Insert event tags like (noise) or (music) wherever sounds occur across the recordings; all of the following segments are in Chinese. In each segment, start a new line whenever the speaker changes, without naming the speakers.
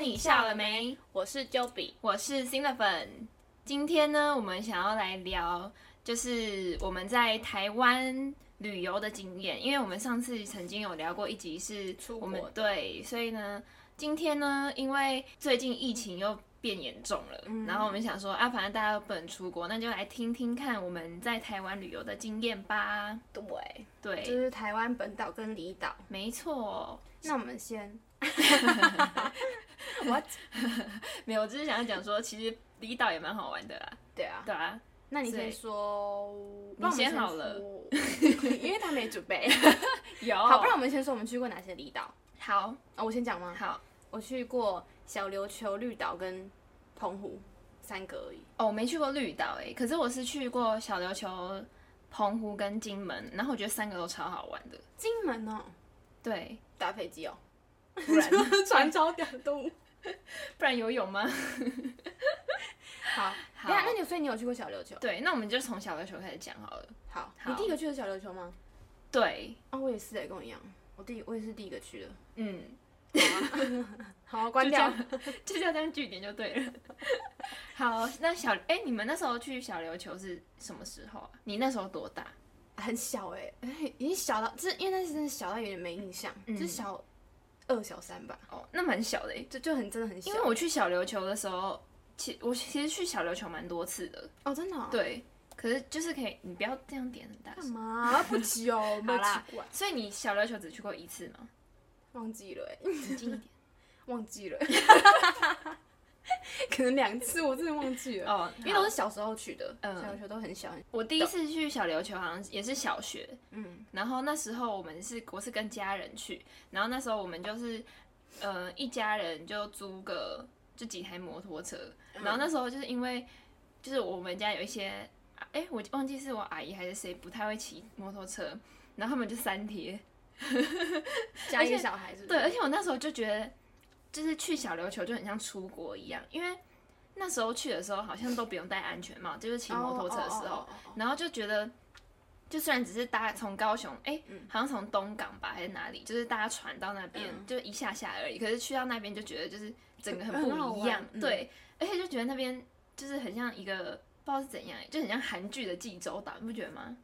你笑了没？
我是 j o b
我是新的粉。今天呢，我们想要来聊，就是我们在台湾旅游的经验，因为我们上次曾经有聊过一集是
出
我
国
们
的
对，所以呢，今天呢，因为最近疫情又变严重了，
嗯
然后我们想说啊，反正大家都不能出国，那就来听听看我们在台湾旅游的经验吧。
对，就
对，
是台湾本岛跟离岛。
没错，
那我们先，what？
没有，我只是想要讲说，其实离岛也蛮好玩的啦，
对啊，
对啊，
那你先
对
说，
你先好了
(laughs) 不然我们先说，因为他没准备。
有，
好，不然我们先说我们去过哪些离岛。
好
啊，我先讲吗？
好
我去过小琉球、绿岛跟澎湖三个而已。
哦，我没去过绿岛诶、可是我是去过小琉球、澎湖跟金门，然后我觉得三个都超好玩的。
金门哦，
对，
搭飞机 (laughs) 哦，
不然
船超屌的动物。
不然游泳吗？ (laughs)
好，
好
对啊，那你所以你有去过小琉球？
对，那我们就从小琉球开始讲好了。
好，
好
你第一个去的小琉球吗？
对，
啊，我也是哎，跟我一样，我第我也是第一个去的。
嗯，
(laughs) 好，啊
就
关
这
掉
样。，就是要这样据点就对了。 (laughs) 好，那小哎、你们那时候去小琉球是什么时候啊？你那时候多大？
很小哎、欸，已经小到，这因为那是真的小到有点没印象，
嗯
就是小二小三吧，
哦，那蛮小的、欸，
就就很真的很小
因为我去小琉球的时候，其我其实去小琉球蛮多次的，
哦，真的、哦、
对。可是就是可以，你不要这样点很大
干
声。
嘛、啊、不急哦，没有
啦
奇怪，
所以你小琉球只去过一次吗？
忘记了哎、
你近一点。
(laughs) 忘记了、欸 (laughs) 可能两次我真的忘记了，
哦，
因为都是小时候去的，
嗯
小球都很小，很
我第一次去小琉球，好像也是小学，
嗯，
然后那时候我们是我是跟家人去，然后那时候我们就是，呃，一家人就租个就几台摩托车，然后那时候就是因为就是我们家有一些，哎、我忘记是我阿姨还是谁不太会骑摩托车，然后他们就三贴，
家
而且
里小孩是不是
对，而且我那时候就觉得，就是去小琉球就很像出国一样，因为那时候去的时候好像都不用戴安全帽，就是骑摩托车的时候，
哦哦哦哦
然后就觉得，就虽然只是搭从高雄，哎、
嗯
好像从东港吧还是哪里，就是搭船到那边、
嗯
就一下下而已，可是去到那边就觉得就是整个很
很
不
好
一样
玩，嗯
对，而且就觉得那边就是很像一个。不知道是怎样，就很像韩剧的济州岛，你不觉得吗？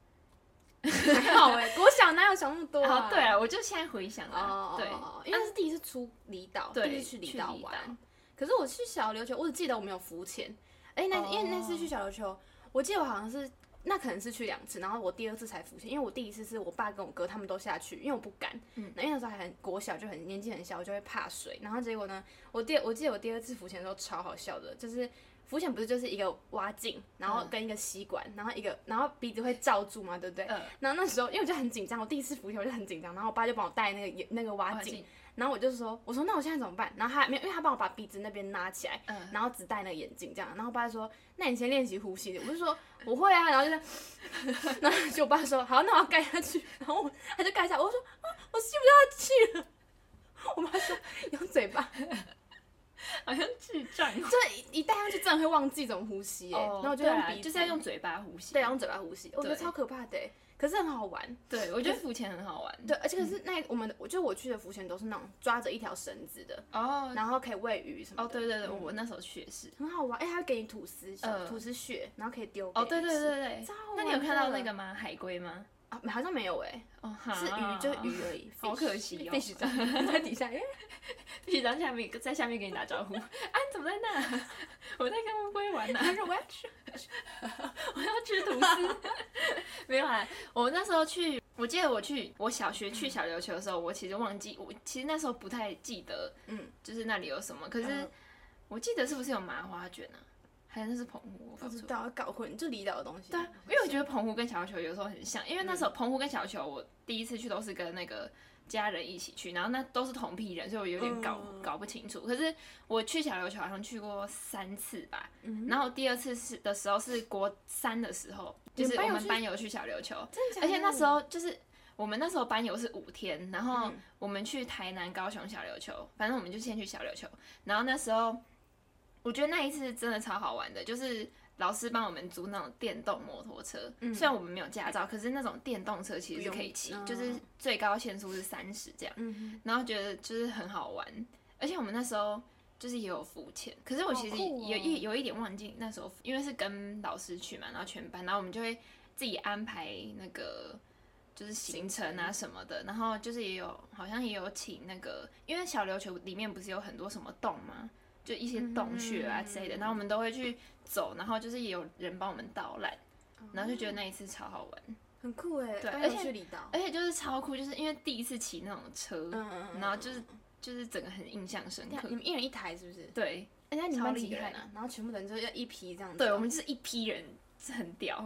哦还好
(laughs)
哎、国小哪有想那么多
哦
啊？
对啊，我就现在回想啊，，
哦
对，
哦因为那是第一次出离岛，
对
第一次去离岛
去离
玩
岛。
可是我去小琉球，我只记得我没有浮潜。哎、那、
哦
因为那次去小琉球，我记得我好像是那可能是去两次，然后我第二次才浮潜，因为我第一次是我爸跟我哥他们都下去，因为我不敢。
嗯
嗯，因为那时候还很国小，就很年纪很小，我就会怕水。然后结果呢，我第我记得我第二次浮潜的时候超好笑的，就是。浮潜不是就是一个蛙镜，然后
嗯
跟一个吸管，然后一个，然后鼻子会罩住嘛，对不对？
嗯
然后那时候因为我就很紧张，我第一次浮潜我就很紧张，然后我爸就帮我戴那个眼那个蛙
环
镜，
境，
然后我就说，我说那我现在怎么办？然后他没有，因为他帮我把鼻子那边拉起来，
嗯
然后只戴那个眼镜这样。然后我爸就说，那你先练习呼吸。我就说我会啊，然后就 (laughs) 这样，然后就我爸说好，那我要盖下去。然后我他就盖下，我说啊，我吸不到气 (laughs) 了。我爸说用嘴巴，
好像智障哦。
这一戴上去真的会忘记怎么呼吸耶、然后哦我就
对
用
啊
鼻子，
就是要用嘴巴呼吸。
对，嗯用嘴巴呼吸，我觉得
对
超可怕的耶、可是很好玩，
对，我觉得浮潜很好玩。
对，而且可是那我们的，我就我去的浮潜都是那种抓着一条绳子的，
哦
然后可以喂鱼什么
哦，
的。
对对对，
嗯
我那时候去也是。
很好玩，哎、它会给你吐司，小
呃
吐司屑，然后可以丢给
哦，
你吃。
对对对对
超，好玩
那
的
你有看到那个吗？海龟吗？
啊，好像没有哎、
哦，哈
是鱼，就是，
(laughs)
鱼而已。
好
fish
可惜哦
fish 这样 (laughs) 在底下，哎、
必须在下面在下面给你打招呼。 (laughs) 啊，你怎么在那？ (laughs) 我在跟乌龟玩呢。
他说我要吃，
我要 (laughs) 吃吐司。 (laughs) 没有啊，我那时候去，我记得我去我小学去小琉球的时候，我其实忘记，我其实那时候不太记得，
嗯，
就是那里有什么。可是
嗯
我记得是不是有麻花卷啊？还是那是澎湖？我搞
不知
错。
道搞混，就离岛的东西。
对啊，因为我觉得澎湖跟小琉球有时候很像，因为那
嗯
时候澎湖跟小琉球，我第一次去都是跟那个家人一起去，然后那都是同批人，所以我有点搞、
嗯
搞不清楚。可是我去小琉球好像去过三次吧，
嗯
然后第二次是的时候是国三的时候，就是我
你们班有
们
去
班有去小琉球，
真的假
而
的
且那时候就是我们那时候班游是五天，然后
嗯
我们去台南、高雄、小琉球，反正我们就先去小琉球。然后那时候我觉得那一次真的超好玩的，就是老师帮我们租那种电动摩托车，
嗯
虽然我们没有驾照，可是那种电动车其实是
不用
可以骑，
嗯
就是最高限速是三十这样，
嗯
然后觉得就是很好玩。而且我们那时候就是也有浮潜，可是我其实
好酷哦
有一、有一点忘记那时候，因为是跟老师去嘛，然后全班，然后我们就会自己安排那个就是行程啊什么的，然后就是也有好像也有请那个，因为小琉球里面不是有很多什么洞吗？就一些
嗯
洞穴啊之类的，然后我们都会去走，然后就是也有人帮我们导览，
哦
然后就觉得那一次超好玩，
很酷哎，
对
哎
而且
有去离岛，
而且就是超酷，就是因为第一次骑那种车，
嗯嗯嗯
然后就是就是整个很印象深
等一下
刻
你。们一人一台是不是？
对，
哎，那你们
超
班几
厉
个人
害
啊？然后全部的人就要一批这样子。
对我们就是一批人，是很屌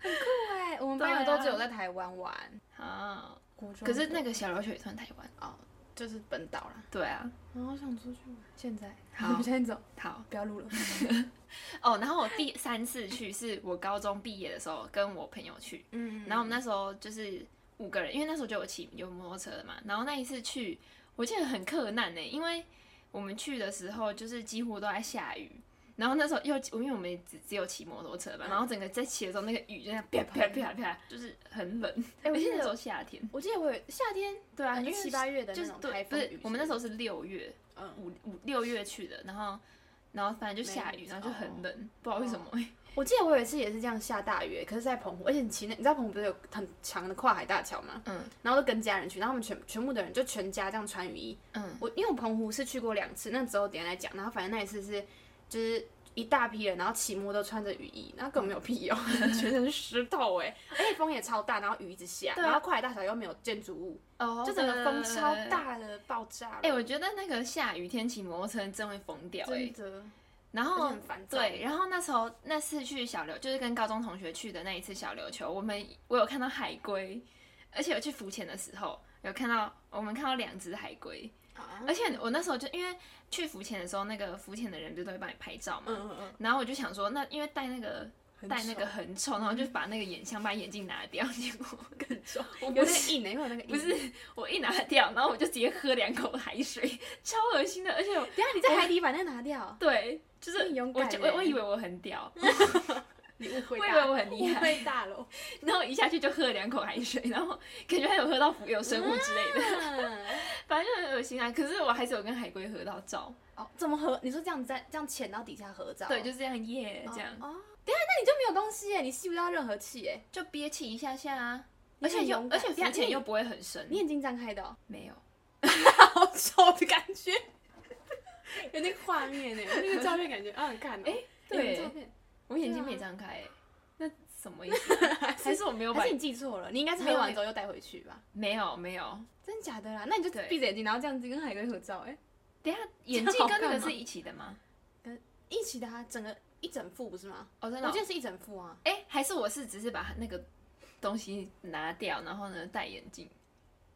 对，我们
对
班
啊
友都只有在台湾玩，
啊。
国中
可是那个小琉球也算台湾，
就是本岛啦。
对啊。
然后哦想出去玩，现在
好
我们现在走，
好
不要录了。
哦，然后我第三次去是我高中毕业的时候，跟我朋友去，
嗯
(laughs) 然后我们那时候就是五个人，因为那时候就有骑有摩托车的嘛。然后那一次去，我记得很困难呢、因为我们去的时候就是几乎都在下雨。然后那时候又因为我们只只有骑摩托车嘛，
嗯
然后整个在骑的时候，那个雨就在啪啪啪啪，就是很冷。
哎我
而
记
且
得
那时候夏天，
我记得我有夏天，
对啊，
呃
因为
就七八月的
就
那
是
种
对，
台
不
风
是
雨，
我们那时候是六月
嗯，
五五六月去的，然后然后反正就下雨，
没哦有
然后就很冷，不知道为什么、欸
我记得我有一次也是这样下大雨，可是在澎湖，而且你骑那，你知道澎湖不是有很长的跨海大桥吗？
嗯
然后就跟家人去，然后我们全全部的人就全家这样穿雨衣。
嗯，
我因为我澎湖是去过两次，那之后等一下再讲。然后反正那一次是就是一大批人，然后骑摩托穿着雨衣，然后根本没有屁用， (laughs) 全身是湿透哎、而且风也超大，然后雨一直下，
对啊
然后跨海大桥又没有建筑物，
哦
就整个风超。
对对对对对
大的爆炸了。
哎、我觉得那个下雨天骑摩托车真会疯掉哎、
真的，
然
而且
后
很烦躁。
对，然后那时候那次去小琉，就是跟高中同学去的那一次小琉球，我们我有看到海龟，而且我去浮潜的时候有看到，我们看到两只海龟，
啊，
而且我那时候就因为去浮潜的时候，那个浮潜的人不是都会帮你拍照嘛，
嗯嗯
然后我就想说，那因为戴那个
嗯，
戴那个很丑，然后就把那个眼箱把眼镜拿掉，结果
更 (laughs) 重，
我
有
不
那
是
个印呢、欸会有那个印。
不是，我一拿掉，然后我就直接喝两口海水，超恶心的，而且我
等一下你在海底把那个拿掉，
对，就是
你勇
我
敢
就
欸
我我以为我很屌，
你误会
我以
大
为我很厉
误
害，
会大 (laughs) 了。
然后一下去就喝了两口海水，然后感觉还有喝到浮游生物之类的， (laughs)
嗯
反正就很恶心啊。可是我还是有跟海龟合到照，
哦，怎么合？你说这样子在这样潜到底下合照？啊
对，就这样耶、这样、
哦，等一下，那你就没有东西耶，你吸不到任何气耶，
就憋气一下下啊。
你
而且
很
又
勇
而
敢
且
等一下
浮潜
你
又不会很深，
你眼睛张开的、哦，
没有。
(laughs) 好丑的感觉， (laughs) 有那个画面呢，那个照片 (laughs) 感觉啊，很看、哦。哎、
对
照片，
我眼睛没张开、欸，那什么意思 (laughs) 啊？还是我没有把
还是你记错了？你应该是
没
喝
有
完之后又带回去吧？
没有没有？
真假的啦？那你就
对
闭着眼睛，然后这样子跟海龟合照，哎、
等一 (laughs) 下眼
这
镜
样好
跟那
看
个
吗
是一起的吗？
一起的、啊，整个一整副不是吗？
哦，真的哦、
我记得是一整副啊。
哎、还是我是只是把那个东西拿掉，然后呢戴眼镜，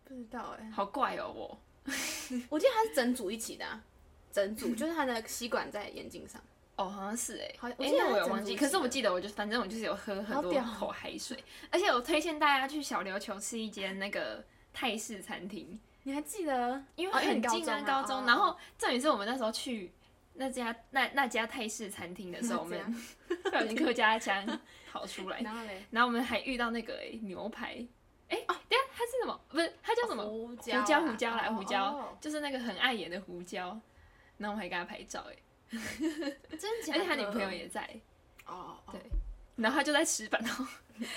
不知道哎、
好怪哦我。
我记得它是整组一起的、啊，整 (laughs) 组就是它的吸管在眼镜上。
哦，好像是哎、欸，
好
哎、
像我记得
那我
它
有
整
忘
组
记，
一
可
起
是我
的
记得我就反正我就是有喝很
好
多
屌哦
口海水，而且我推荐大家去小琉球吃一间那个泰式餐厅，
你还记得？
因为
哦
很
你高
近啊
中啊
高
哦
中，
哦
然后重点是我们那时候去那家那那家泰式餐厅的时候，我们
那家
(laughs) 不小心客家
(laughs)
腔跑出来，
然后 (laughs) 嘞，
然后我们还遇到那个、欸、牛排，哎、哦，等一下它是什么？不是，它叫什么？
哦胡
椒
椒
胡椒来
哦
胡椒
哦
就是那个很碍眼的胡椒，然后我还跟他拍照、欸，
真的假
哎，而且
的？
他女朋友也在，
哦，哦
对然后他就在吃饭，然后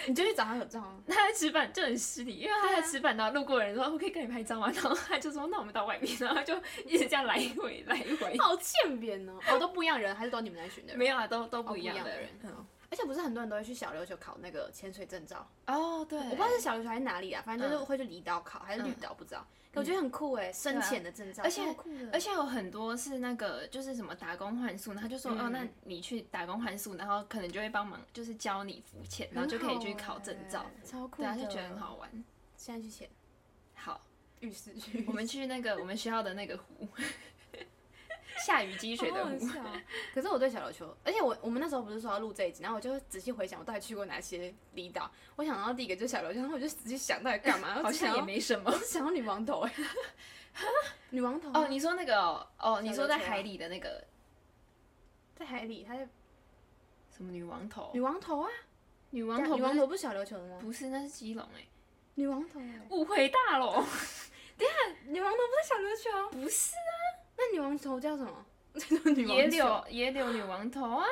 你就去找他合照啊。
他在吃饭就很失礼，因为他
对啊
在吃饭，然后路过的人说：“我哦可以跟你拍照吗？”然 (laughs) 后他就说：“那我们到外面。”然后就一直这样来回来回，
好欠扁哦！哦，都不一样人，还是都你们那群的人？
没有啊，都都
哦
不一样的
的
人。
嗯而且不是很多人都会去小琉球考那个潜水证照，
哦，对，
我不知道是小琉球还是哪里啊，反正就是
嗯
会去离岛考还是绿岛，不知道。可我觉得很酷哎，深潜的证照，
而且
超酷的，
而
且
且有很多是那个就是什么打工换宿，然后他就说、哦，
嗯
那你去打工换宿，然后可能就会帮忙，就是教你浮潜，然后就可以去考证照。，
欸超酷
对
的，
啊，就觉得很。好玩。
现在去潜
好，
浴室去，
我们去那个我们学校的那个 (laughs) 湖，下雨积水的
好好
湖。
笑哦可是我对小琉球，而且我我们那时候不是说要录这一集，然后我就仔细回想我到底去过哪些离岛。我想到第一个就是小琉球，然后我就仔细想到底干嘛，然后
好
只想
像也
到
没什么
我只想到女王头哎、女王头啊
哦，你说那个哦，哦
小
你
琉
说在
球啊
海里的那个
在海里，她在
哦什么女王头？
女王头啊，
女王头
女
不
王
是
头不是小琉球的吗？
不是，那是基隆哎、
女王头哎、
误会大了，啊
女王头不是小琉球，啊
不是
那那女王头叫什么？这叫 (laughs) (laughs) 女
(laughs)
王
野 (laughs)
球
柳野柳女王头啊，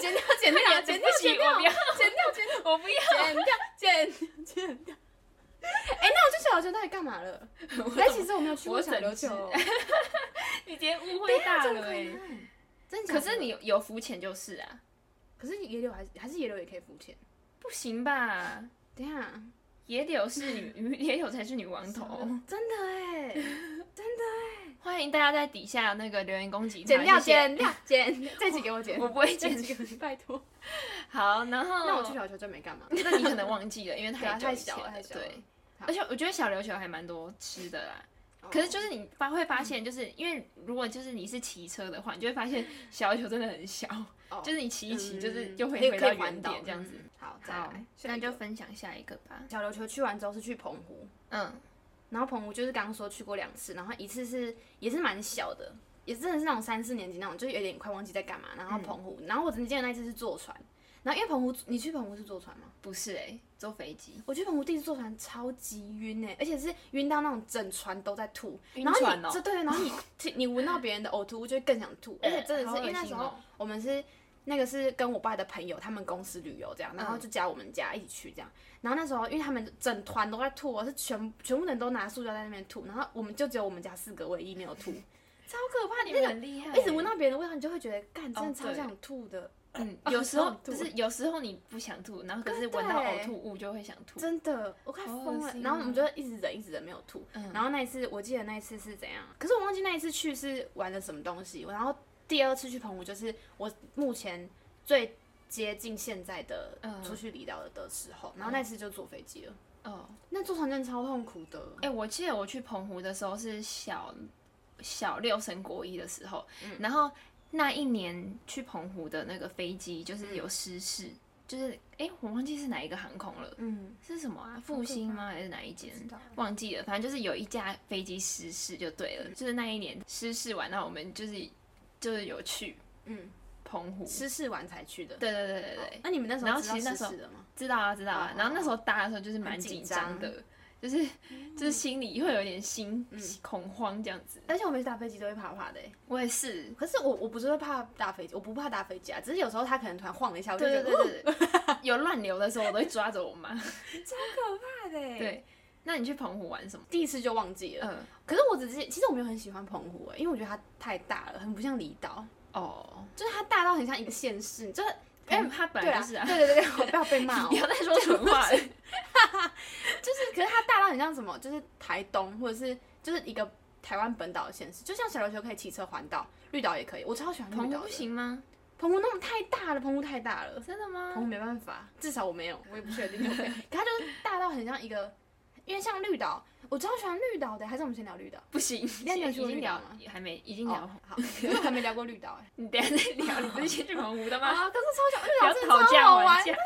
剪掉， (laughs) 剪 (laughs) 掉，剪掉，剪掉，
不要，
剪掉，剪掉，我不要，剪掉，剪掉，剪掉。哎、那我去小琉球到底干嘛了？哎，其实我没有去
(laughs)
过
我
小
整
琉
只
球哦，
你今天误会大
怎么
了
啊可
哎、
能真的假
可
的
是，你有浮潜就是啊，
可是野柳还是还是野柳也可以浮潜。
不行吧？
等一下，
野柳是女， (laughs) 野柳才是女王头。
真的哎、
欸欢迎大家在底下那个留言攻击他
剪掉，
谢谢
剪掉，剪 (laughs) 掉，这集给我剪，
(laughs) 我不会
这
剪。
集给 (laughs) 我剪，拜托。
好，然后
那我去小琉球就没干嘛，
(laughs) 那你可能忘记了，因为
对啊，
久
太
以前
小了，
了，
太小了。
对，而且我觉得小琉球还蛮多吃的啦。
哦嗯
可是就是你发会发现，就是因为如果就是你是骑车的话，你就会发现小琉球真的很小，
哦
就是你骑一骑，就是
嗯
就会
可以
回
可
到
以环
原
岛
点这样子。
嗯好，再
好
来，，
那
下一个
就分享下一个吧。
小琉球去完之后是去澎湖，
嗯，
然后澎湖就是刚刚说去过两次，然后一次是也是蛮小的，也真的是那种三四年级那种，就有点快忘记在干嘛。然后澎湖，然后我只记得那一次是坐船，然后因为澎湖，你去澎湖是坐船吗？
不是哎、坐飞机，
我去澎湖第一次坐船超级晕哎、而且是晕到那种整船都在吐，
晕
然后
船
你
哦
这对，然
(laughs)
后你你你闻到别人的呕吐物就会更想吐，而且真的
好
是因
恶
为那
心
时候
哦
我们是那个是跟我爸的朋友，他们公司旅游这样，然
嗯
后就加我们家一起去这样。然后那时候因为他们整团都在吐，哦我是全全部人都拿塑胶在那边吐，然后我们就只有我们家四个唯一没有吐，超可怕！你那种
很厉害
一直闻到别人的味道，你就会觉得干真的
哦
超
对
想吐的，
嗯，
啊
有时候
想 (laughs) 吐
就是有时候你不想吐，然后可是闻到
对
呕吐物就会想吐。
真的我快
好恶
疯了。
心
然后我们就
哦
一直忍一直忍没有吐，
嗯，
然后那一次，我记得那一次是怎样，可是我忘记那一次去是玩了什么东西。然后第二次去澎湖，就是我目前最接近现在的
嗯
出去离岛的的时候。然后那次就坐飞机了，
哦，
那坐船真的超痛苦的。
哎、我记得我去澎湖的时候是小小六升国一的时候，
嗯
然后那一年去澎湖的那个飞机就是
嗯
有失事，就是哎、我忘记是哪一个航空了，
嗯，
是什么啊？
好
复
可
兴
怕
吗？还是哪一间
不知道？
忘记了，反正就是有一架飞机失事就对
嗯
了，就是那一年失事完，那我们就是就是有去
嗯哦
澎湖，
失事完才去的。
对对对对对。
那你们那时
然
候
后
知道
其实那
失
时候
事了吗？
知道啊，知道啊
哦。
然后那时候搭的时候就是蛮紧张的，就是
嗯
就是心里会有点心恐慌这样子。
而且我每次搭飞机都会怕怕的、欸，
我也是，
可是我我不是会怕搭飞机，我不怕搭飞机啊，只是有时候它可能突然晃了一下，我就觉
对
得
对对对，对有乱流的时候我都会抓着我妈。
怕的、欸。，
对，那你去澎湖玩什么？
第一次就忘记了。
嗯，
可是我只是，其实我没有很喜欢澎湖、欸，因为我觉得它太大了，很不像离岛，
哦，
就是它大到很像一个县市，就是
哎，他本
对
来
啊，
就是啊，
对对对，我不要被
(laughs)
骂哦、
不要再说蠢话
(laughs)
了。
就是，可是它大到很像什么，就是台东或者是就是一个台湾本岛的县市，就像小琉球可以骑车环岛，绿岛也可以，我超喜欢
澎
绿
湖
岛
不
的。
行吗？
澎湖那种太大了，澎湖太大了，
真的
澎
吗？
湖没办法，至少我没有，我也不确定有没有。 (laughs) 可它就是大到很像一个，因为像绿岛，我超喜欢绿岛的，还是我们先聊绿岛。
不行，已
那你有
经
去
已
过
经
绿岛
聊
吗，
还没，已经聊
哦。好，因为我还没聊过绿岛哎、
你等一下再聊，你不是先去澎湖的吗？
(laughs) 啊，可是超想，绿
不
岛
要
真的
讨
超
价
好玩
还。价。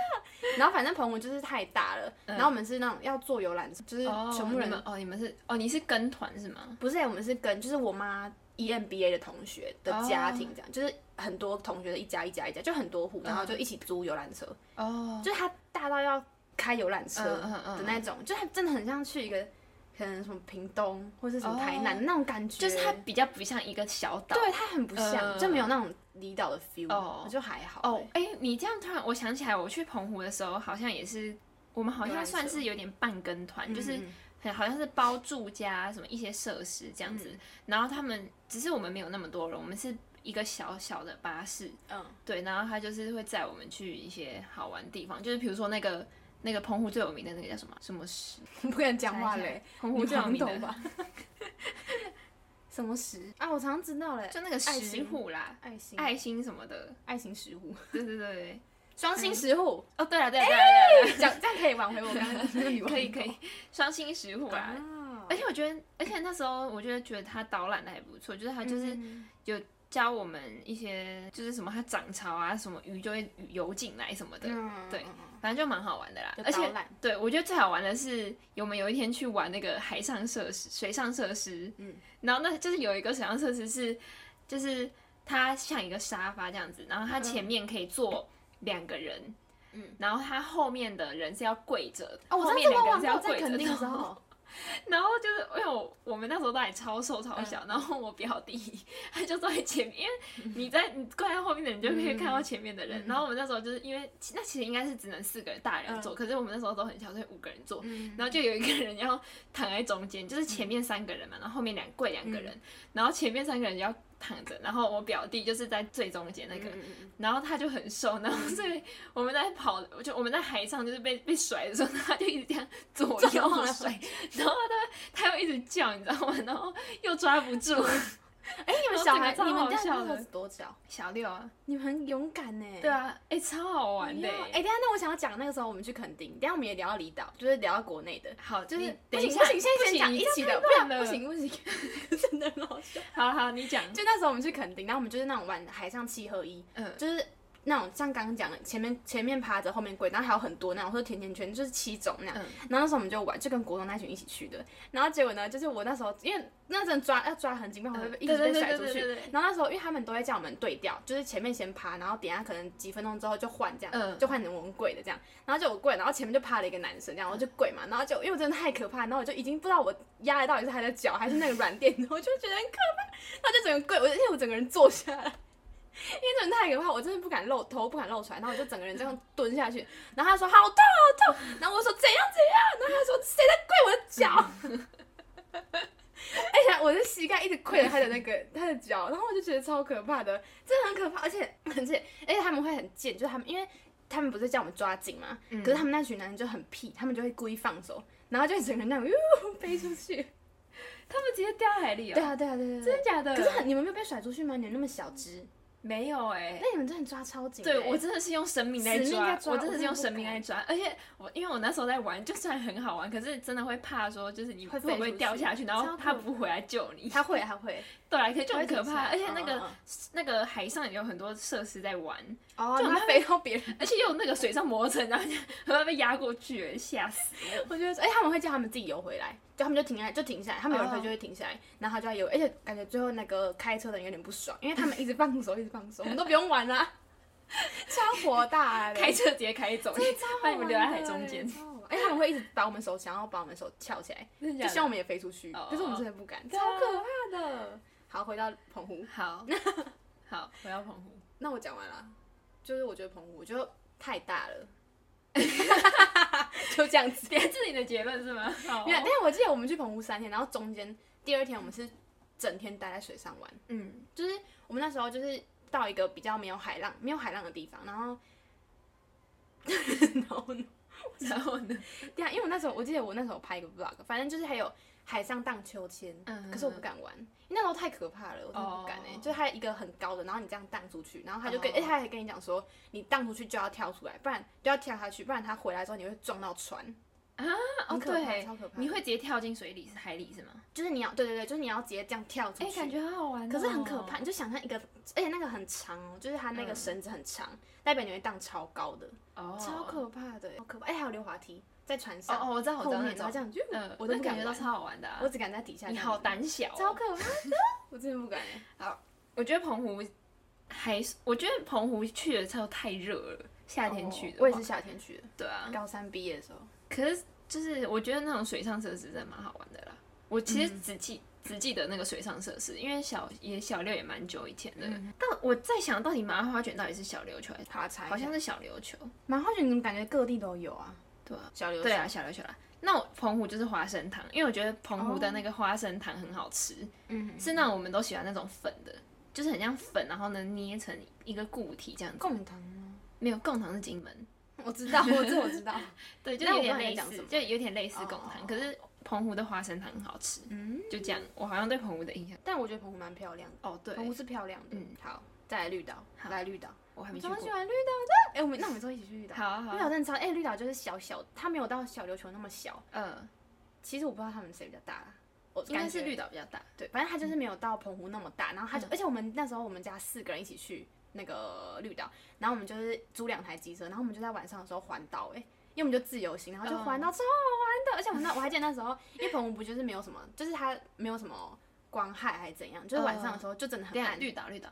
然后反正澎湖就是太大了，
嗯
然后我们是那种要坐游览车，就是
哦，
全部
你
人、
们哦，你们是哦，你是跟团是吗？
不是、欸我们是跟就是我妈 E EMBA 的同学的
哦
家庭这样，就是很多同学的一家一家一家，就很多户，然后就一起租游览车，
嗯哦，
就是它大到要开游览车
嗯嗯嗯
的那种，就它真的很像去一个可能什么屏东或是什么台南的那种感觉，
哦就是它比较不像一个小岛。
对它很不像，
嗯
就没有那种离岛的 feel，、
哦
就还好、欸
哦，哎、你这样突然，我想起来，我去澎湖的时候，好像也是，我们好
有来
像算
车
是有点半跟团，
嗯，
就是
嗯
很好像是包住加什么一些设施这样子。
嗯
然后他们只是我们没有那么多人，我们是一个小小的巴士，
嗯，
对，然后他就是会载我们去一些好玩的地方，就是比如说那个。那个澎湖最有名的那个叫什么什么石？
(laughs) 不敢讲
嗯猜
话
一下
嘞，
澎湖最有
你
名
懂
的
吧？ (laughs) 什么石啊？我常常知道嘞，
就那个
爱
石
心
户啦，
爱心
爱心什么的，
爱心石户，
对对对对。
双星石户，
哦，对了对了对
哎
了对了，
讲这样可以挽回我刚刚 (laughs) 那个女
可以可以，双星石户啦，
啊
而且我觉得，而且那时候我就觉得他导览的还不错，就是他就是
嗯
教我们一些，就是什么它涨潮啊，什么鱼就会游进来什么的，
嗯
对
嗯嗯
反正就蛮好玩的啦
就。
而
导
且
览
对我觉得最好玩的是，我们有一天去玩那个海上设施、水上设施，
嗯
嗯，然后那就是有一个水上设施是，就是它像一个沙发这样子，然后它前面可以坐两个人。
嗯
嗯，然后它后面的人是要跪着的，
哦，我
后
上
面
次
两
我
个人
玩
是要
过，在
跪着
垦丁的时哦 (laughs)
然后
候，
然后就是因为我我们那时候都还超瘦超小，然后我表弟他就坐在前面，因为你在你跪在后面的人就可以看到前面的人。然后我们那时候就是因为其那其实应该是只能四个人大人坐，可是我们那时候都很小，所以五个人坐。
嗯
然后就有一个人要躺在中间，就是前面三个人嘛，然后后面两跪两个人，然后前面三个人要躺着，然后我表弟就是在最中间那
嗯
个，然后他就很瘦， (laughs) 然后所以我们在跑，就我们在海上就是被被甩的时候，他就一直这样左右
(laughs)
甩，然后他他又一直叫，你知道吗？然后又抓不住，
哎、你们小孩，
然后
你
整个超
们
好
家
笑
那
的
时候是多小？
小六啊，
你们很勇敢呢、
对啊，哎、超好玩的、
哎、等一下，那我想要讲那个时候我们去垦丁，等一下我们也聊到离岛，就是聊到国内的，
好，就
就是是
等一下，
不行，不行现
不
在先
行
讲
你
一起
太
的，不
乱
然
了
不，行不行， (laughs) 真的很好笑。
好好，你讲，
就那时候我们去垦丁，然后我们就是那种玩海上七合一，
嗯，
就是那种像刚刚讲的，前面前面趴着，后面跪，然后还有很多那种说甜甜圈，就是七种那样。
嗯
然后那时候我们就玩，就跟国中那群一起去的。然后结果呢，就是我那时候因为那阵抓要抓很紧，不
嗯
然我呃会被一直被甩出去。
去，
然后那时候，因为他们都会叫我们对调，就是前面先趴，然后等一下可能几分钟之后就换这样，
嗯
就换成我们跪的这样。然后就我跪，然后前面就趴了一个男生这样，我就跪嘛，然后就因为我真的太可怕，然后我就已经不知道我压的到底是他的脚还是那个软垫，我就觉得很可怕，然后就整个跪，我而且我整个人坐下来。因为真的太可怕，我真的不敢露头，不敢露出来，然后我就整个人这样蹲下去，然后他说好痛好痛，然后我说怎样怎样，然后他说谁在跪我的脚，而且我的膝盖一直跪着他的那个他的脚，然后我就觉得超可怕的，真的很可怕，而且而且而且他们会很贱，就是他们因为他们不是叫我们抓紧嘛，
嗯
可是他们那群男人就很屁，他们就会故意放手，然后就整个人那种哟 (laughs) 飞出去，
他们直接掉海里
对
哦，
啊对啊对啊对
真
啊。
的假的？
可是很，你们没有被甩出去吗？你们那么小只，
没有哎、
那你们真的抓超紧的欸、
对我真的是用生命在
死命
抓，
在抓
我真的是
我真的
用
不
生命
敢
在抓，而且我因为我那时候在玩，就算很好玩，可是真的会怕说，就是你
会
会
飞
不会
出
掉
去
下去，然
超
后
可
他不回来救你。
(laughs) 他会他会，
对啊，可是就很
他
可
会捡起
怕，
来
而且那个
嗯嗯
那个海上也有很多设施在玩，
嗯哦，
就
就他飞到别人， (laughs)
而且又有那个水上摩托车，然后就 (laughs) 很怕被压过去欸，吓死我！
我觉得，哎、他们会叫他们自己游回来，就他们就停下来，就停下来，他们有人
哦
会就会停下来，然后他就要游，而且感觉最后那个开车的人有点不爽，因为他们一直放手，一直 (laughs) 放手，我们都不用玩啊啦、超火大、欸，
开车直接开走，把你们留在海中间，
哎、他们会一直把我们手，想要把我们手翘起来，
(laughs) 真
就
的
希
假的？
望我们也飞出去，
哦
可是我们真的不敢，
对
超
啊
可怕的。好，回到澎湖，
好，好，我要澎
(laughs)
湖。
那我讲完了，就是我觉得澎湖就太
(laughs)
大了，就这样子。
别自己的结论是吗？好
没，有，但是我记得我们去澎湖三天，然后中间第二天我们是整天待在水上玩，
嗯，
就是我们那时候就是到一个比较没有海浪、没有海浪的地方，然后，然后呢？
然后呢？
对啊，因为我那时候我记得我那时候拍一个 vlog，反正就是还有海上荡秋千，
嗯
可是我不敢玩，因为那时候太可怕了，我真的不敢哎、欸
哦
就是它一个很高的，然后你这样荡出去，然后他就跟，
哦
哎、他还跟你讲说，你荡出去就要跳出来，不然就要跳下去，不然他回来之后你会撞到船，
哦，
很可怕
对
超可，怕
你会直接跳进水里、海里是吗？
就是你要，对对对，就是你要直接这样跳出
哎、
去，
感觉好好玩、
可是很可怕，。你就想象一个，而且那个很长哦，就是它那个
嗯
绳子很长，代表你会荡超高的，
哦，
超可怕的，好可怕！哎，还有溜滑梯在船
哦
上，
哦，我知道，我知
后
道那
面然
种
后这，样，就
嗯，
我都
那
不
感
敢
觉到超
玩，
好玩的、啊
我。只敢在底下这
你
样
好
玩，
胆小、
超
哦，
可怕的，
(laughs)
我真的不敢
欸
(laughs) 哎。
我觉得澎湖还是，我觉得澎湖去的时候太热了，夏天去的、
哦我也是，啊夏天去的，
对啊。
高三毕业的时候，
可是就是我觉得那种水上设施真的蛮好玩的啦。我其实只
嗯
记、只记得那个水上设施，因为小也小六也蛮久以前的。
嗯
但我在想到底麻花卷到底是小琉球还是
爬柴
好像是小琉球？
蛮好奇，你怎么感觉各地都有啊？
对啊，
小刘
对啊，小琉球啦。那我澎湖就是花生糖，因为我觉得澎湖的那个花生糖很好吃，
嗯，
是那种我们都喜欢那种粉的，就是很像粉，然后呢捏成一个固体这样子。
贡糖吗？
没有贡糖是金门，
我知道，我这我知道， (laughs)
对，就
那
有
我
点
刚才
类
讲什
似
么，
就有点类似贡
哦
糖
哦，
可是澎湖的花生糖很好吃。
嗯，
就这样，我好像对澎湖的印象。
但我觉得澎湖蛮漂亮的。
哦，对，
澎湖是漂亮的。
嗯
好，再来绿岛，来绿岛。
我还
我
没去
超
过。
喜欢绿岛的。哎、我们那我们之后一起去绿岛。
好啊好
绿岛
啊，
真的超哎、绿岛就是小小，它没有到小琉球那么小。
嗯，
其实我不知道他们谁比较大啦，我
应该是
感觉
绿岛比较大。
对，反正它就是没有到澎湖那么大。然后它就，而且我们那时候我们家四个人一起去那个绿岛，然后我们就是租两台机车，然后我们就在晚上的时候环岛哎、因为我们就自由行，然后就环到超好玩的。而且我们那我还记得那时候，因为澎湖不就是没有什么，就是它没有什么光害还是怎样，就是晚上的时候就真的很
对啊，
暗。
绿岛绿岛。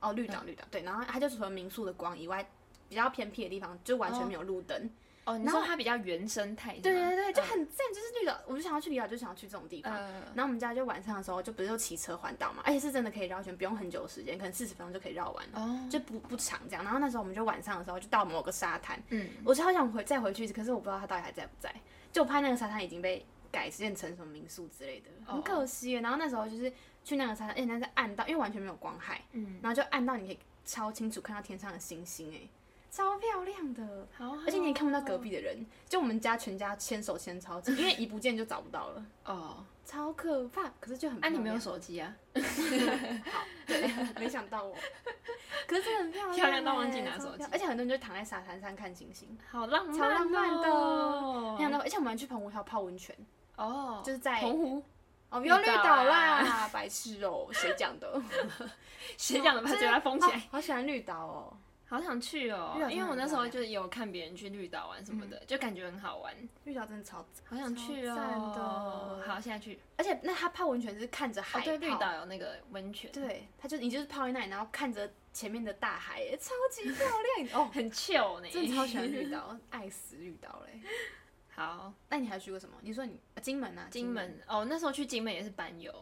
哦，绿岛绿岛，对，然后它就除了民宿的光以外，比较偏僻的地方就完全没有路灯，
哦，你
然
说
后
它比较原生态是吗，
哦对对对，就
嗯
很赞，就是绿岛，我就想要去离岛，就想要去这种地方。
呃，
然后我们家就晚上的时候，就不是就骑车环岛嘛，而哎且是真的可以绕一圈，不用很久的时间，可能四十分钟就可以绕完了，
哦，
就不不长这样。然后那时候我们就晚上的时候就到某个沙滩，
嗯，
我超想回再回去，可是我不知道它到底还在不在。就我怕那个沙滩已经被改建成什么民宿之类的，很
哦
可惜耶。然后那时候就是去那个沙滩，而且那是暗到，因为完全没有光害，
嗯，
然后就暗到你可以超清楚看到天上的星星，哎，超漂亮的。
好啊好，
而且你也看不到隔壁的
哦
人，就我们家全家牵手牵超级，因为一不见就找不到了，
哦，
超可怕。可是就很
啊，你
漂
没有
亮
手机啊？ (laughs)
对，没想到我， (laughs) 可是真的很漂亮欸，
哦漂亮到忘记拿
超
手
漂亮
机
而且很多人就躺在沙滩上看星星，
好浪漫、哦，
超浪漫的没想
的
到，而且我们还去澎湖还有泡温泉，
哦，
就是在
澎湖，
哦，没有
绿
绿
岛
岛
啦
啦， (laughs) 白痴哦，谁讲的？
(laughs) 谁讲的把
真
嘴
的
巴封起
哦
来？
好喜欢绿岛哦，
好想去哦
绿岛真，的
因为我那
很
时
漂
候
亮
就是有看别人去绿岛玩什么的，就感觉很好玩，
绿岛真的超赞，
好想去
超赞
哦。
的
好，现在去。
而且那他泡温泉是看着海
哦，
泡，
对，绿岛有那个温泉，
对，他就你就是泡在那里，然后看着前面的大海，哎超级漂
(laughs)
亮哦！
很 chill 呢。
真的超喜欢绿岛，爱死绿岛嘞！
(laughs) 好，
那你还去过什么？你说你啊金门啊，
金门哦，那时候去金门也是班游。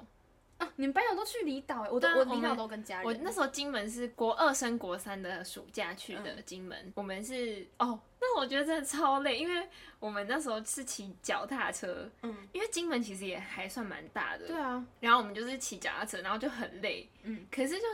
啊，你们班友都去离岛哎，我都
对啊
我
我
离
们
岛都跟家人。
我那时候金门是国二升国三的暑假去
嗯
的金门，我们是哦，那我觉得真的超累，因为我们那时候是骑脚踏车，
嗯，
因为金门其实也还算蛮大的，
对啊，
然后我们就是骑脚踏车，然后就很累，
嗯，
可是就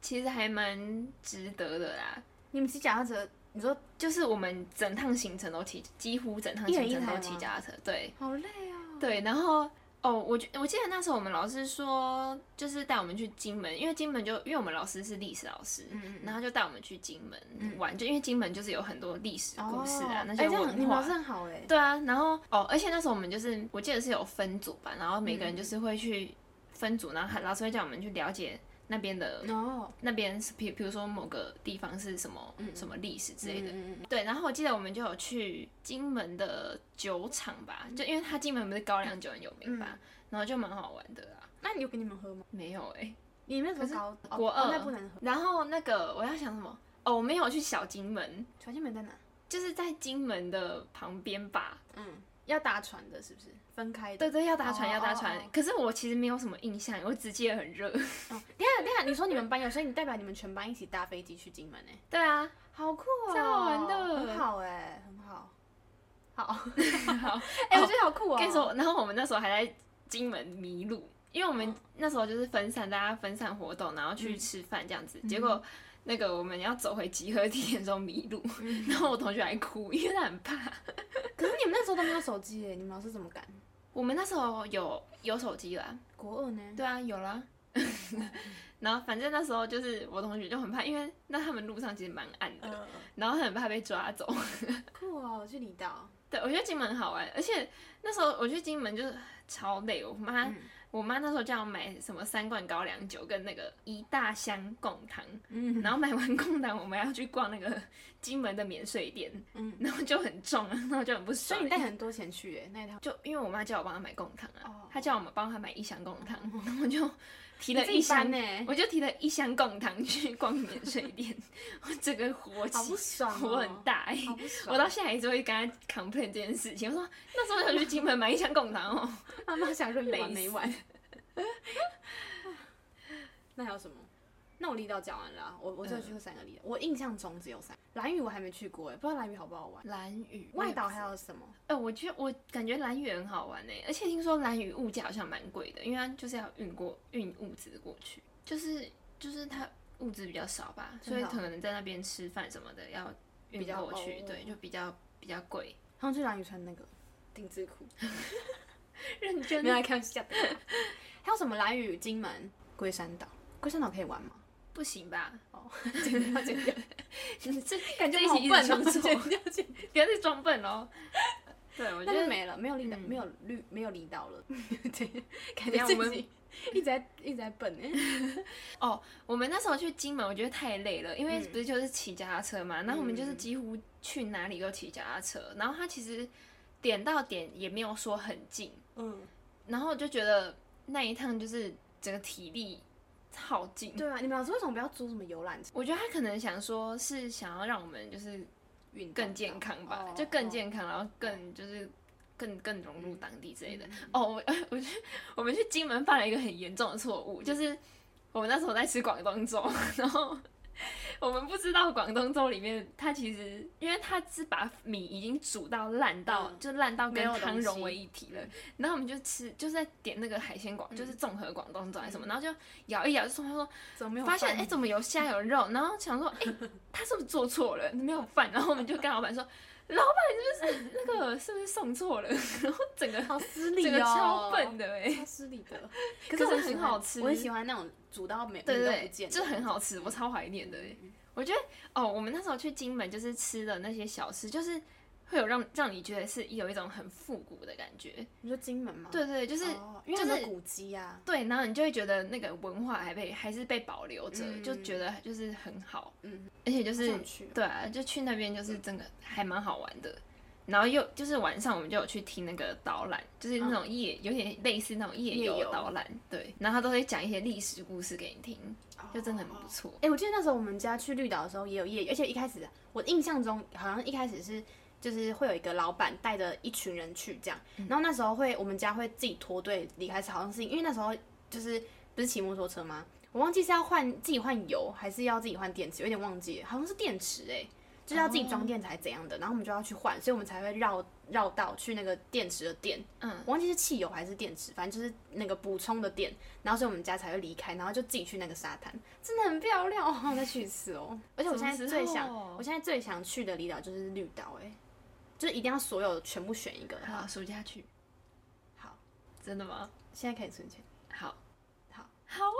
其实还蛮值得的啦。
你们骑脚踏车，你说
就是我们整趟行程都骑，几乎整趟
一人
行程
一台
都
吗
骑脚踏车，对
好累啊。
对。然后哦，我觉我记得那时候我们老师说，就是带我们去金门，因为金门就因为我们老师是历史老师，
嗯嗯嗯
然后就带我们去金门
嗯
玩，就因为金门就是有很多历史故事啊，
哦
那
哎
些
这样你
文
们
化
老。师很好哎，
对啊，然后哦，而且那时候我们就是我记得是有分组吧，然后每个人
嗯
就是会去分组，然后他老师会叫我们去了解那边的、
哦，
那边是，比比如说某个地方是什么、什么历史之类的。
嗯嗯嗯嗯
对，然后我记得我们就有去金门的酒厂吧，就因为它金门不是高粱酒很有名
嗯
吧，然后就蛮好玩的啊。
那你有给你们喝吗？
没有哎、
你们有
可是
么高哦
国
哦
二
那不能喝。
然后那个我要想什么？哦，我没有去小金门，
小金门在哪？
就是在金门的旁边吧。
嗯，要搭船的，是不是分开的？
对对，要搭船，
哦
要搭
哦
船。
哦
可是我其实没有什么印象，我只记得很热。
哦，等一下等一下，你说你们班有，所以你代表你们全班一起搭飞机去金门哎。
(laughs) 对啊，
好酷哦，
超好欸玩的
很好哎、很好，欸好，
(laughs)
哎、我觉得好酷哦。
跟你说，然后我们那时候还在金门迷路，因为我们
嗯
那时候就是分散，大家分散活动，然后去吃饭这样子。结果那个我们要走回集合地点的时候迷路，
嗯，
然后我同学还哭，因为他很怕。
可是你们那时候都没有手机哎，你们老师怎么敢？
我们那时候有有手机啦，
国二呢？
对啊，有啦。嗯 (laughs) 然后反正那时候就是我同学就很怕，因为那他们路上其实蛮暗的，
呃，
然后他很怕被抓走。
酷哦，去离岛。
对，我觉得金门很好玩，而且那时候我去金门就是超累，我妈、
嗯
我妈那时候叫我买什么三罐高粱酒跟那个一大箱贡糖，
嗯
然后买完贡糖，我们要去逛那个金门的免税店，
嗯，
(laughs) 然后就很重啊，然后就很不
所
爽。
以你带很多钱去哎，那一趟。
就因为我妈叫我帮她买贡糖啊，
哦
她叫我们帮她买一箱贡糖，然后我就提了
你自
一
己搬
箱，
呢，
我就提了一箱贡糖去逛免税店， (laughs) 我整个火
好
气
不爽、哦，
火很，大哎、
好不爽。
我到现在还是会跟他 complain 这件事情。我说那时候想去金门买一箱贡糖哦。
妈妈想说有完没完
累。
(laughs) 那还有什么？那我离岛讲完了啊、我我只有去过三个离岛，我印象中只有三。蓝屿我还没去过哎，不知道蓝屿好不好玩。
蓝屿
外岛还
有，
有什么？
哎、我觉得我感觉蓝屿很好玩呢、而且听说蓝屿物价好像蛮贵的，因为它就是要运过运物资过去，就是就是它物资比较少吧，所
真
以
的哦
可能在那边吃饭什么的要运
比较
过去，
哦
对，就比较比较贵。
他们去蓝屿穿那个定制裤，
认真
没有来开玩笑的。 (laughs) 还有什么蓝屿、金门、龟山岛？龟山岛可以玩吗？
不行吧？
哦，剪掉 (laughs) 剪掉，
这
感
这
觉
一
好
集一直
笨
出
哦，
错，
剪掉剪掉。
不要再装笨喽。对，我觉
那就
得
没了，没有离岛，
嗯
没有绿，没有离岛
(laughs)
了。对，感
等一
觉
下我
自
们
己一直在一直在笨
(laughs)
哎。
我们那时候去金门，我觉得太累了，因为
嗯
不是就是骑脚踏车嘛，然后我们就是
嗯
几乎去哪里都骑脚踏车，然后它其实点到点也没有说很近，
嗯，
然后我就觉得那一趟就是整个体力耗尽。
对啊，你们老师为什么不要租什么游览车？
我觉得他可能想说是想要让我们就是
运动
更健康吧，
哦
就更
哦
健康，然后更就是更更融入当地之类的。
嗯
哦，我 (laughs) 我去我们去金门犯了一个很严重的错误，就是我们那时候在吃广东粥， (laughs) 然后我们不知道广东粥里面它其实因为它是把米已经煮到烂到、
嗯
就烂到
没
跟
有东
汤融
西
为一体了，然后我们就吃就是在点那个海鲜广，
嗯
就是综合广东粥还是什么，然后就咬一咬就说他说
怎么没有
发现
饭
哎、怎么有虾有肉？然后想说哎、 (laughs) 他是不是做错了？没有饭。然后我们就跟老板说，老板是不是那个是不是送错了？然后整个
好失礼
整哎个
哦，
超笨的哎、
超失礼
(laughs)
的。
可
我
是
喜
很
欢
好吃
我很喜欢那种煮到没
对
米都
对
不见
对，
的，
就很好吃，我超怀念的哎、我觉得哦，我们那时候去金门就是吃的那些小吃，就是会有让让你觉得是有一种很复古的感觉。
你说金门吗？
对对，就是。
哦，因为
就是
很多古迹啊，
对，然后你就会觉得那个文化还被还是被保留着，
嗯
就觉得就是很好，
嗯，
而且就
好
是
想去哦
对啊，就去那边就是真的还蛮好玩的。然后又就是晚上我们就有去听那个导览，就是那种夜、有点类似那种夜
嗯夜
游
游
导览，对。然后他都会讲一些历史故事给你听，就真的很
哦
不错。
哎、我记得那时候我们家去绿岛的时候也有夜游，而且一开始我印象中好像一开始是就是会有一个老板带着一群人去这样，然后那时候会我们家会自己脱队离开，好像是因为那时候就是不是骑摩托车吗？我忘记是要换自己换油还是要自己换电池，有点忘记了，好像是电池哎、就是要自己装电池还是怎样的，然后我们就要去换，所以我们才会绕绕道去那个电池的店，
嗯，
我忘记是汽油还是电池，反正就是那个补充的电，然后所以我们家才会离开，然后就自己去那个沙滩，真的很漂亮哦，好想再去一次哦。而且我现在最
什么时候
想，我现在最想去的离岛就是绿岛，哎，就是一定要所有全部选一个。
好，暑假去，
好，
真的吗？
现在可以存钱，
好，
好，
好哦，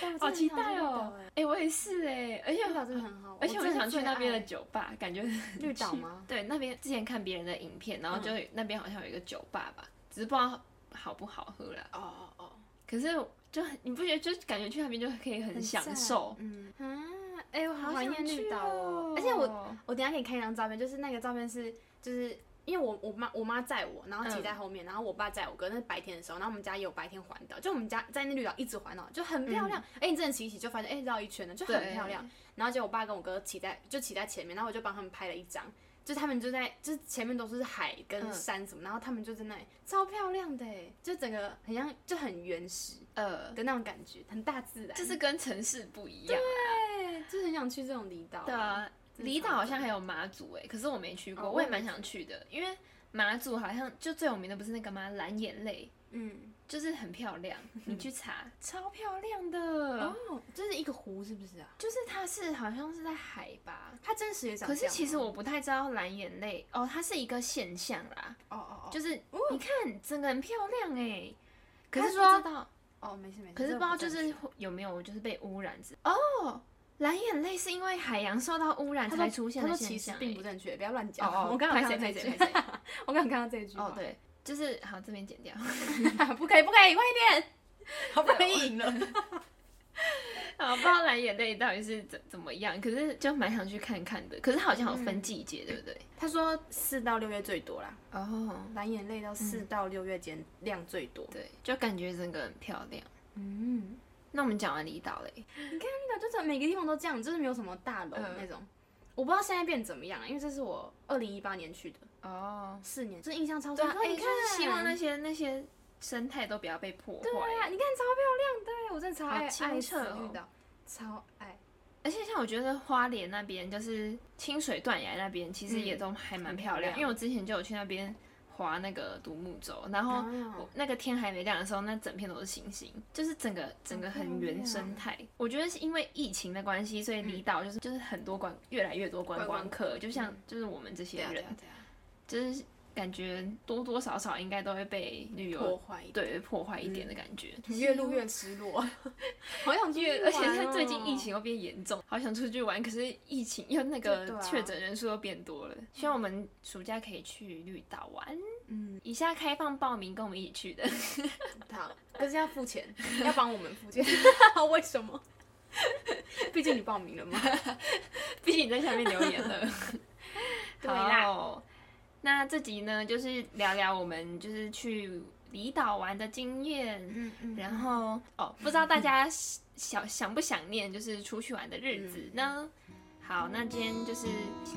但我
好期
哦真的
待
很想去绿岛
哦！哎、我也是哎、而且
哎，绿岛真的很好玩，
而且我
真
很
的
想去
最
那边的
爱
酒吧，感觉
绿岛吗？ (laughs)
对那边之前看别人的影片，然后就、
嗯
那边好像有一个酒吧吧，只是不知道好不好喝啦。
哦哦哦，
可是就很你不觉得就是感觉去那边就可以很享
赞
受，，
嗯啊，哎，我好
怀
怀
念
念
绿
绿
岛
岛哦，而且我我等一下给你看一张照片，就是那个照片是，就是因为我我妈我妈载我，然后骑
嗯
在后面，然后我爸载我哥，那是白天的时候，然后我们家也有白天环岛，就我们家在那绿岛一直环岛，就很漂亮。哎、你真的骑一骑就发现，哎、绕一圈了，就很
嗯对
漂亮。然后结果我爸跟我哥骑在就骑在前面，然后我就帮他们拍了一张，就他们就在就是前面都是海跟
嗯
山什么，然后他们就在那里超漂亮的，哎，就整个很像就很原始
呃，
的那种感觉，很大自然，
就是跟城市不一样。
对，就是很想去这种离岛。
对啊，
真的
离岛
超
好像
赞
还有马祖哎、可是我没去过，
哦
我也
我也
蛮想去的，因为马祖好像就最有名的不是那个吗？蓝眼泪。
嗯，
就是很漂亮，你去查，超漂亮的。
哦，就是一个湖是不是啊？
就是它是好像是在海吧，
它真实也长
可是其实
我
我不太知道蓝眼泪哦，它是一个现象啦，
哦哦哦，
就是你看整个很漂亮哎、可
它
是
不
说
知哦没事没事，
可是
这
不
个
知道就
正
是
确
会有没有就是被污染之哦，蓝眼泪是因为海洋受到污染
他
才
说
出现
他
的
说
现
其实
象、欸。
并不正确，不要乱
哦 (laughs)
讲。
哦，
我刚
拍
刚有
谁
看到
拍
这
谁
一句
拍谁？
我刚刚看到这一句话
哦，，对，就是好这边剪 (laughs) 掉。
(laughs) 不可以不可以，快一
(laughs)
点，好不容易赢了。
啊，不知道蓝眼泪到底是怎怎么样，可是就蛮想去看看的。可是好像有分季节，对不对？(laughs)
他说四到六月最多啦，
哦，
蓝眼泪到四到六月间量最多。
对，就感觉整个很漂亮。
嗯，
那我们讲完离岛嘞，
那个就是每个地方都这样，就是没有什么大楼
嗯
那种。我不知道现在变怎么样，啊因为这是我二零一八年去的，
哦，
四年，这印象超
对
深
啊
刻。，
哎
你
就
看
是，希望那些那些生态都不要被破坏。
对啊呀、你看超漂亮的耶，我真的超
好
爱
清
爱
澈
死
哦
绿岛，超爱。
而且像我觉得花莲那边，就是清水断崖那边，其实也都还蛮漂亮。
嗯很漂亮
因为我之前就有去那边划那个独木舟，然后
哦
我那个天还没亮的时候，那整片都是星星，就是整个整个很原
啊
生态。我觉得是因为疫情的关系，所以
嗯
离岛就是、就是很多观越来越多观光客，就像就是我们这些
对啊
人，
对啊对啊
就是感觉多多少少应该都会被旅
破
游
坏一点，嗯
对破坏一点的感觉。
(laughs) (laughs) 越录越失落， (laughs) 好想 (laughs) 去、
而且现在最近疫，情又变严重，好想出去玩，可是疫情又那
对
个
啊
确诊人数又变多了。希望我们暑假可以去绿岛玩。
嗯，
以下开放报名跟我们一起去的。 (laughs)
好，可是要付钱，要帮我们付 (laughs) 钱，为什么？毕竟你报名了嘛。
毕竟你在下面留言 (laughs) 了。
对啦
好，那这集呢，就是聊聊我们就是去离岛玩的经验。
(laughs) 嗯嗯
然后哦，不知道大家想想不想念就是出去玩的日子呢？好，那今天就是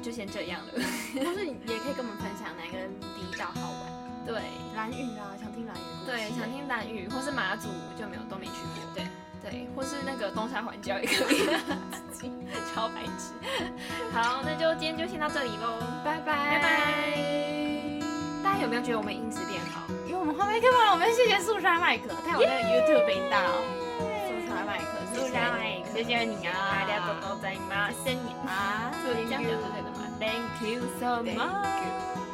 就先这样了。 (laughs)
或是你也可以跟我们分享哪个离岛好玩，
对
蓝屿啊，想听蓝屿的故事
对，想听蓝屿或是马祖就没有都没去过，对对，或是那个东沙环礁也可以， (laughs) 超白痴。好，那就今天就先到这里喽，
拜拜
拜拜。大家有没有觉得我们音质变好？
因为我们后面看不到，我们谢谢素莎麦克，他有那个 YouTube 频道，素莎麦克，
素
莎
莎麦克
谢谢你啊，
大家都都在吗？新年
啊，
祝你这样讲是对的吗？Thank you so
Thank
much。
you